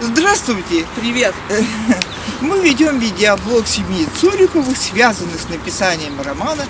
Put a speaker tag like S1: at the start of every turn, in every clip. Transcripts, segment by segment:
S1: Здравствуйте!
S2: Привет. Э,
S1: Мы ведем видеоблог семьи Цуриковых, связанный с написанием романа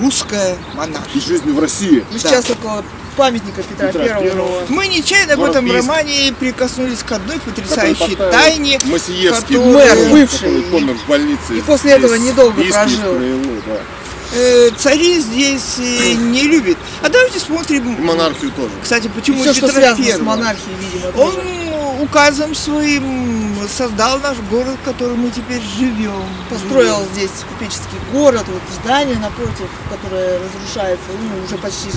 S1: «Русская монархия».
S3: Жизнь в России.
S2: Мы сейчас около памятника Петра,
S3: Петра
S2: Первого.
S3: Первого.
S1: Мы нечаянно в
S3: Город
S1: этом
S3: Бийск.
S1: романе прикоснулись к одной потрясающей
S3: Поставил
S1: тайне,
S3: Масиевский,
S1: который-
S2: Мэр бывший.
S3: который помер в больнице.
S2: И после этого
S3: Из
S2: недолго
S3: Бийска, из
S2: прожил.
S3: Краевой, ну, да.
S1: э, цари здесь э, не любят. А давайте
S3: И
S1: смотрим,
S3: монархию тоже.
S1: кстати, почему
S2: Все, что
S1: Петра
S2: связано с
S1: Первого.
S2: монархией, видимо.
S1: Он
S2: тоже.
S1: указом своим создал наш город, в котором мы теперь живем.
S2: построил здесь купеческий город, вот здание напротив, которое разрушается, ну, уже почти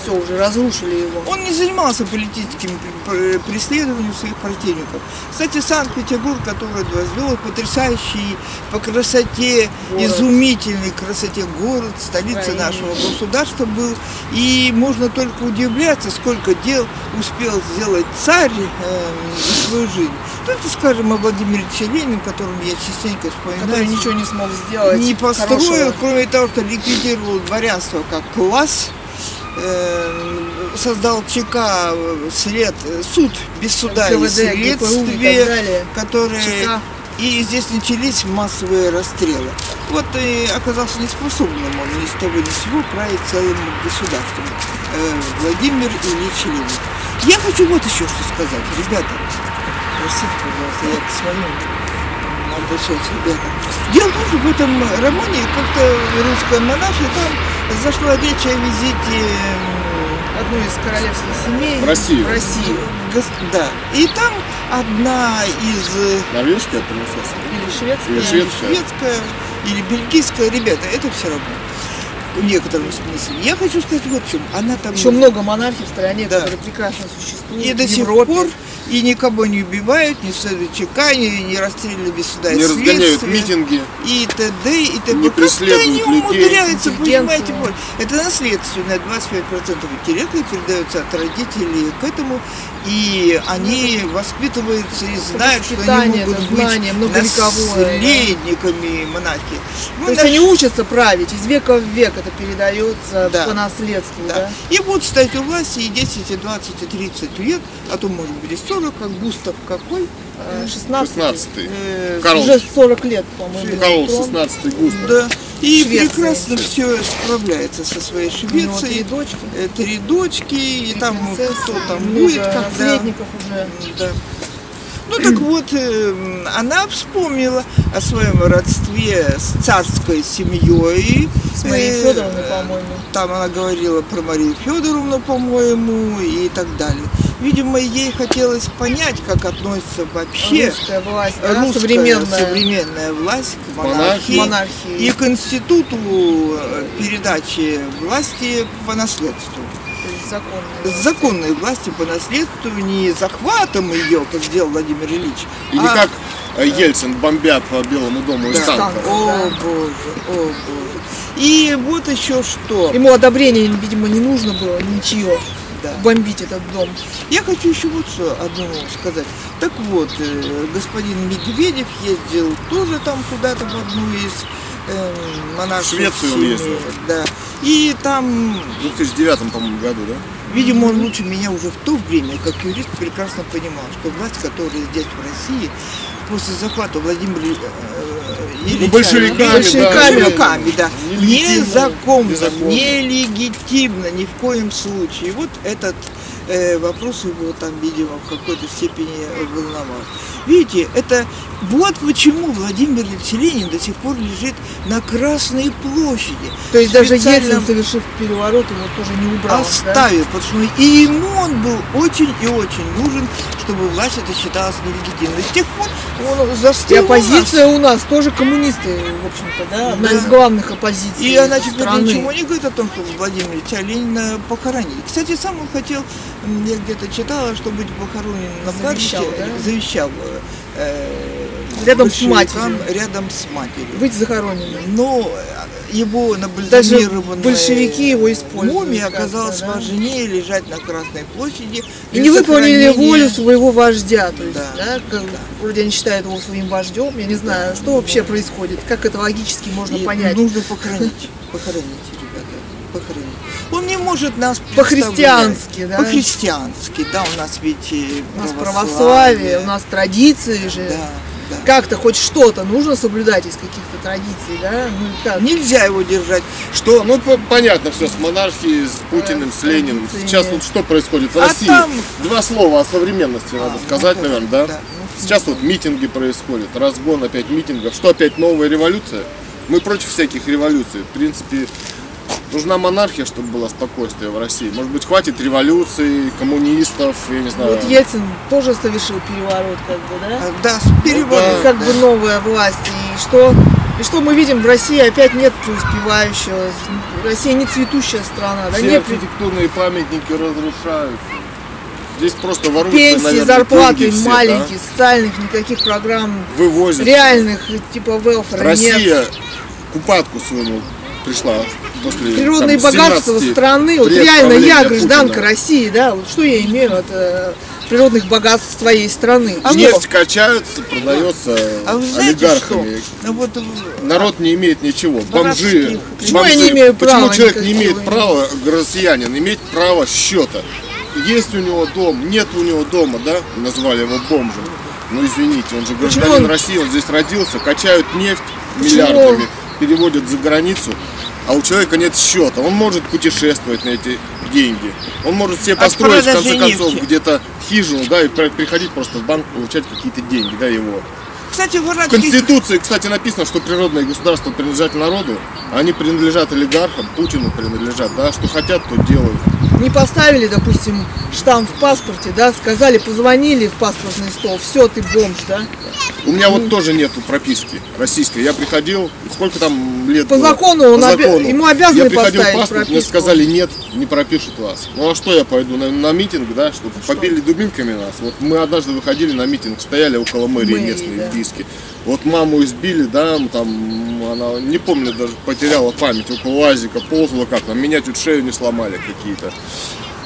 S2: все, уже разрушили его.
S1: Он не занимался политическим пр- пр- преследованием своих противников. Кстати, Санкт-Петербург, который возвел потрясающий по красоте,
S2: Город.
S1: изумительной красоте город, столица
S2: Украины.
S1: нашего государства был. И можно только удивляться, сколько дел успел сделать царь э, за свою жизнь. Ну, это, скажем, о Владимире Челенине, которым я частенько
S2: Который
S1: вспоминаю.
S2: ничего не смог сделать.
S1: Не построил,
S2: хорошего.
S1: кроме того, что ликвидировал дворянство как класс, э, создал ЧК э, след, суд без суда и
S2: НКВД, ГПУ и так
S1: следствия,
S2: далее.
S1: которые...
S2: ЧК.
S1: И здесь начались массовые расстрелы. Вот и оказался неспособным он ни с того ни с сего править целым государством. Э, Владимир Ильич Ленин. Я хочу вот еще что сказать. Ребята, простите, пожалуйста, я к своим э, обращаюсь, ребята. Дело в том, что в этом романе как-то русская монархия, там зашла речь о визите э, м,
S2: Одну из королевских семей
S3: В Россию.
S2: В Россию.
S1: гос- да. И там одна из э,
S3: Норвежка это принцесса.
S2: Или Швеция.
S3: Или шведская.
S1: или шведская, или бельгийская, ребята, это все равно. В некотором смысле. Я хочу сказать вот в чем. Она там
S2: Еще много монархий в стране,
S1: Да.
S2: которые прекрасно существуют.
S1: и до
S2: в
S1: сих
S2: Европе.
S1: пор и никого не убивают, не следует ЧК, не, не расстреливали без суда и
S3: Не разгоняют
S1: следствия.
S3: митинги.
S1: и т.д. и т.п.
S3: Не
S1: Как-то
S3: преследуют
S1: они
S3: людей.
S1: умудряются,
S2: Интеллигенцию.
S1: понимаете, вот. это наследственное, 25% интеллекта передается от родителей к этому, и
S2: Ну,
S1: они воспитываются и знают, что они
S2: воспитание,
S1: могут
S2: это
S1: быть
S2: знание многовековое, да.
S1: наследниками монархии. Ну,
S2: То есть
S1: наш-
S2: они учатся править, из века в век это передается
S1: Да.
S2: по наследству.
S1: да.
S2: Да.
S1: И будут стоять у власти и 10, и 20, и 30 лет, а то, может быть, и 40, как Густав какой,
S2: А, 16,
S3: 16-й.
S1: э,
S3: Карл.
S2: уже 40 лет, по-моему.
S3: Карл
S2: трон.
S3: 16-й Густав.
S1: да, и
S2: Швеция. Ну,
S1: прекрасно все справляется со своей
S2: У него
S1: Швецией.
S2: три дочки.
S1: э, три дочки, и там
S2: принцесса, ну
S1: кто там
S2: много
S1: будет, когда.
S2: наследников уже.
S1: Да. Ну так вот, э, она вспомнила о своем родстве с царской семьей.
S2: С Марией
S1: Э,
S2: Федоровной, по-моему.
S1: Там она говорила про Марию Федоровну, по-моему, и так далее. Видимо, ей хотелось понять, как относится вообще
S2: Русская власть, она
S1: русская
S2: современная.
S1: современная власть к
S3: Монархии.
S1: монархии.
S2: Монархии.
S1: И к институту э, передачи власти по наследству.
S2: законная.
S1: С законной власти по наследству, не захватом ее, как сделал Владимир Ильич.
S3: И не
S1: а-
S3: как э, Ельцин бомбят по Белому дому из
S1: Да.
S3: танков.
S1: О
S2: Да.
S1: боже, о боже. И вот еще что.
S2: Ему одобрение, видимо, не нужно было ничего.
S1: Да.
S2: Бомбить этот дом.
S1: Я хочу еще вот что одно сказать. Так вот, э, господин Медведев ездил тоже там куда-то в одну из эм, монарших
S3: Швецию он
S1: семей,
S3: ездил.
S1: Да. И там
S3: В 2009, по-моему, году, да?
S1: Видимо, он лучше меня уже в то время, как юрист, прекрасно понимал, что власть, которая здесь в России, после захвата Владимира э, Ильича,
S3: большевиками,
S2: да,
S1: большевиками, да,
S3: Нелегитимно.
S1: незаконно,
S3: Незаконно.
S1: нелегитимно, ни в коем случае. Вот этот э, вопрос его там, видимо, в какой-то степени волновал. Видите, это вот почему Владимир Ильич Ленин до сих пор лежит на Красной площади.
S2: То есть даже
S1: Специально-
S2: Ельцин, совершив переворот, его тоже не убрал. Да?
S1: оставил, потому что и ему он был очень и очень нужен, чтобы власть это считалась нелегитимной. С тех пор он
S2: И
S1: застыл у нас.
S2: оппозиция у нас тоже коммунисты, в общем-то, да? Одна
S1: Да.
S2: из главных оппозиций
S1: И она теперь
S2: страны.
S1: ничего не говорит о том, что Владимир Ильича Ленина похоронили. Кстати, сам он хотел, м, я где-то читала, что быть похоронен на кладбище,
S2: Завещал, да?
S1: завещал э,
S2: Рядом с
S1: большевикам,
S2: матерью.
S1: Рядом с матерью.
S2: Быть захороненным.
S1: Но э, его
S2: Даже
S1: наблюдированная
S2: большевики его используют
S1: Мумия
S2: как-то,
S1: оказалась
S2: да.
S1: важнее лежать на Красной площади.
S2: И
S1: для
S2: не выполнили
S1: сохранения-
S2: волю своего вождя, то есть,
S1: Да,
S2: да, как- вроде они считают его своим вождем, я не знаю, а что вообще происходит, как это логически можно
S1: И ну,
S2: понять.
S1: Нужно похоронить. Похоронить, ребята. Похоронить. Он не может нас
S2: По-христиански,
S1: представлять.
S2: да?
S1: По-христиански, да, у нас ведь э,
S2: У нас православие, у нас традиции же.
S1: Да, да.
S2: Как-то хоть что-то нужно соблюдать из каких-то традиций, да? Ну, как?
S1: Нельзя его держать.
S3: Что? Ну, по- понятно все, с монархией, с Путиным, с Лениным.
S2: традиции.
S3: Сейчас вот что происходит в
S1: А
S3: России?
S1: там-
S3: Два слова о современности
S1: ну,
S3: надо сказать,
S1: да,
S3: наверное, да?
S1: да.
S3: Сейчас вот митинги происходят, разгон опять митингов. Что опять новая революция? Мы против всяких революций. В принципе, нужна монархия, чтобы было спокойствие в России. Может быть, хватит революций, коммунистов, я не знаю.
S2: Вот Ельцин тоже совершил переворот, как бы, да?
S1: А, Да, с переводом.
S2: как бы новая власть. И что, и что мы видим в России? Опять нет преуспевающего. Россия не цветущая страна, да?
S3: Все
S2: Не при-
S3: архитектурные памятники разрушаются. Здесь просто воруются,
S2: пенсии,
S3: наверное,
S2: зарплаты
S3: деньги все, да?
S2: маленькие, социальных никаких программ
S3: Вывозят.
S2: реальных типа велфера нет.
S3: Россия к упадку своему пришла после
S2: Природные
S3: там,
S2: богатства
S3: 17
S2: страны, вот
S3: лет
S2: реально я
S3: правления
S2: гражданка
S3: Путина.
S2: России, да, вот что я имею от э, природных богатств своей страны. А
S3: Нефть качается, продается
S1: А вы знаете
S3: олигархами.
S1: что? Ну, вот, э,
S3: Народ не имеет ничего. Бомжи.
S1: Воровских.
S2: Почему
S3: бомжи.
S2: я не имею
S3: Почему
S2: права
S3: человек не
S2: никакого
S3: имеет
S2: иметь?
S3: права, россиянин, иметь право счета? Есть у него дом, нет у него дома, да? Назвали его бомжем. Ну извините, он же гражданин
S2: он-
S3: России, он здесь родился, качают нефть
S2: Почему он-
S3: миллиардами, переводят за границу, а у человека нет счета. Он может путешествовать на эти деньги. Он может
S2: А
S3: себе построить, в
S1: продажи
S3: конце концов,
S1: нефти.
S3: где-то хижину, да, и при- приходить просто в банк, получать какие-то деньги, да, его.
S1: Кстати, в
S3: В
S1: Иракских
S3: Конституции, кстати, написано, что природные государства принадлежат народу, а они принадлежат олигархам, Путину принадлежат, да, что хотят, то делают.
S2: не поставили, допустим, штамп в паспорте, да, сказали, позвонили в паспортный стол, все, ты бомж, да.
S3: У меня вот тоже нету прописки российской. Я приходил, сколько там лет
S2: По
S3: было?
S2: закону он обе- ему обязаны
S3: Я приходил
S2: поставить
S3: паспорт, мне
S2: прописку.
S3: сказали, нет, не пропишут вас. Ну а что я пойду на, на митинг, да, чтобы
S2: А
S3: побили дубинками нас? Вот мы однажды выходили на митинг, стояли около мэрии
S2: Мэрии,
S3: местной,
S2: да.
S3: индийской. Вот маму избили, да, м, там она, не помню, даже потеряла память, около УАЗика ползала как там, меня чуть шею не сломали какие-то.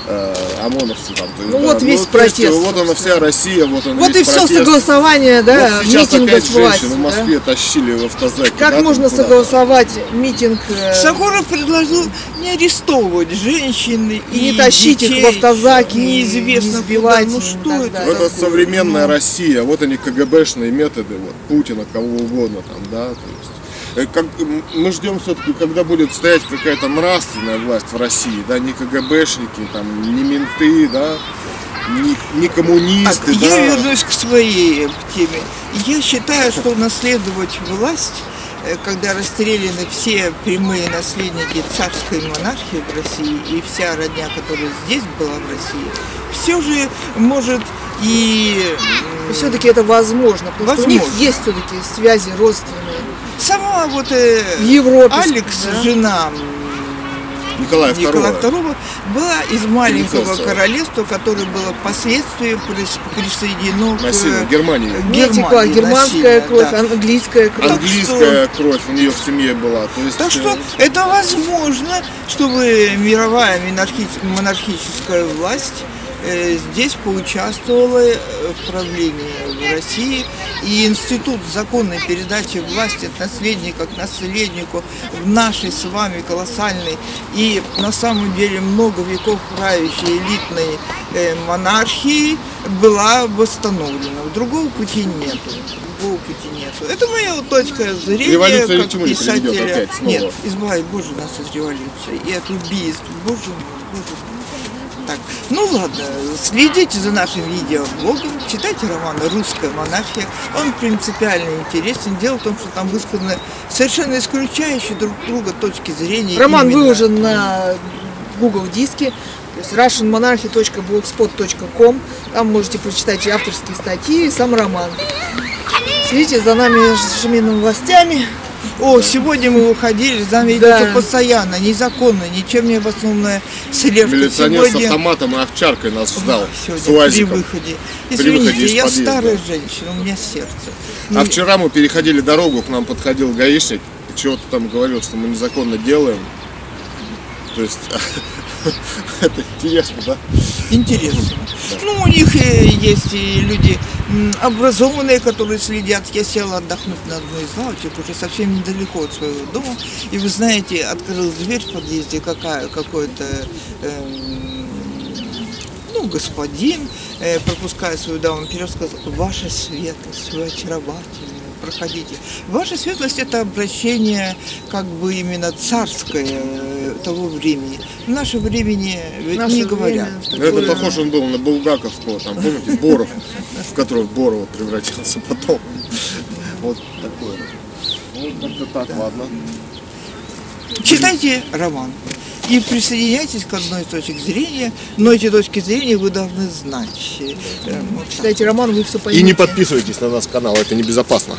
S3: э, ОМОНовцы там. то есть,
S2: Ну, вот весь
S3: то есть,
S2: протест,
S3: Вот она вся Россия, вот он
S2: Вот и
S3: весь
S2: все
S3: протест.
S2: согласование,
S1: Э,
S2: да,
S3: Ну, Вот сейчас
S2: митинга
S3: опять
S2: с властью,
S3: женщин в
S2: да.
S3: Москве тащили в автозаке.
S2: Как
S3: да, там
S2: можно
S3: куда-то.
S2: согласовать митинг э,
S1: Сахуров предложил не арестовывать женщины и
S2: Не тащить их в
S1: детей,
S2: автозаки,
S1: неизвестно
S2: не
S1: куда.
S2: сбивать
S1: Ну
S2: их и
S1: что
S2: так
S1: это?
S2: далее.
S3: Вот
S1: такое?
S3: это современная Россия, вот они КГБшные методы, вот Путина, кого угодно там, да. то есть, э, как, м, мы ждем все-таки, когда будет стоять какая-то нравственная власть в России, да, не КГБшники, там, не менты, да, не, не
S1: Так,
S3: коммунисты, да.
S1: я вернусь к своей теме. Я считаю, что наследовать власть, э, когда расстреляны все прямые наследники царской монархии в России и вся родня, которая здесь была в России, все же может и м,
S2: Все-таки это возможно, потому что у них
S1: Возможно.
S2: есть все-таки связи родственные.
S1: сама вот э,
S2: В Европе.
S1: Алекс,
S2: да.
S1: жена м,
S3: Николая
S1: Николая
S3: II.
S1: II, была из маленького
S3: Принцесса.
S1: королевства, которое было впоследствии прис- присоединено к
S3: Насильно,
S1: э,
S3: в Германии.
S2: Видите,
S1: Германии
S2: какая германская
S1: насильно,
S2: кровь,
S1: да.
S2: английская кровь.
S1: так
S3: Английская кровь у нее в семье была. То есть,
S1: Так что
S3: э,
S1: это возможно, чтобы мировая монархи- монархическая власть э, здесь поучаствовала э, в правлении в России. И институт законной передачи власти от наследника к наследнику в нашей с вами колоссальной и на самом деле много веков правящей элитной э, монархии была восстановлена. Другого пути нету. Другого пути нету. Это моя вот точка зрения.
S3: Революция ни
S1: как
S3: к чему не приведет
S1: писателя.
S3: опять снова.
S1: Нет, избави, Боже, нас от революции и от убийств. Боже мой, Боже мой. Так, ну ладно, следите за нашим видеоблогом, читайте роман «Русская монархия». Он принципиально интересен. Дело в том, что там высказаны совершенно исключающие друг друга точки зрения.
S2: Роман
S1: именно.
S2: выложен на Google диске, то есть russianmonarchy.blogspot.com. Там можете прочитать и авторские статьи, и сам роман. Следите за нами ежедневными новостями.
S1: О, сегодня мы выходили, заметили
S2: Да.
S1: постоянно, незаконно, ничем не обоснованная слежка.
S3: Милиционер с
S1: Сегодня-
S3: автоматом и овчаркой нас ждал. С
S1: Сегодня при
S3: УАЗиком.
S1: выходе.
S3: При
S1: Извините,
S3: выходе из
S1: я
S3: подъезда.
S1: старая женщина, у меня сердце.
S3: А вчера мы переходили дорогу, к нам подходил гаишник, и чего-то там говорил, что мы незаконно делаем. То есть, это интересно, да?
S1: Интересно. Ну, у них э, есть и люди м, образованные, которые следят. Я села отдохнуть на одной из лавочек, уже совсем недалеко от своего дома. И вы знаете, открылась дверь в подъезде, какая, какой-то эм, ну, господин, э, пропуская свою даму вперед, сказал, ваша светлость, вы очаровательны, проходите. Ваша светлость – это обращение как бы именно царское э, того времени. В наше времени ведь
S2: Наше
S1: не говорят.
S2: время
S3: Ну, Это похож он был на Булгаковского, там, помните, Боров, в которого Борова превратился потом. Вот такое. Вот как-то так, ладно.
S1: Читайте роман и присоединяйтесь к одной из точек зрения, но эти точки зрения вы должны знать. Э, вот так.
S2: Читайте роман, вы все поймете.
S4: И не подписывайтесь на нас канал, это небезопасно.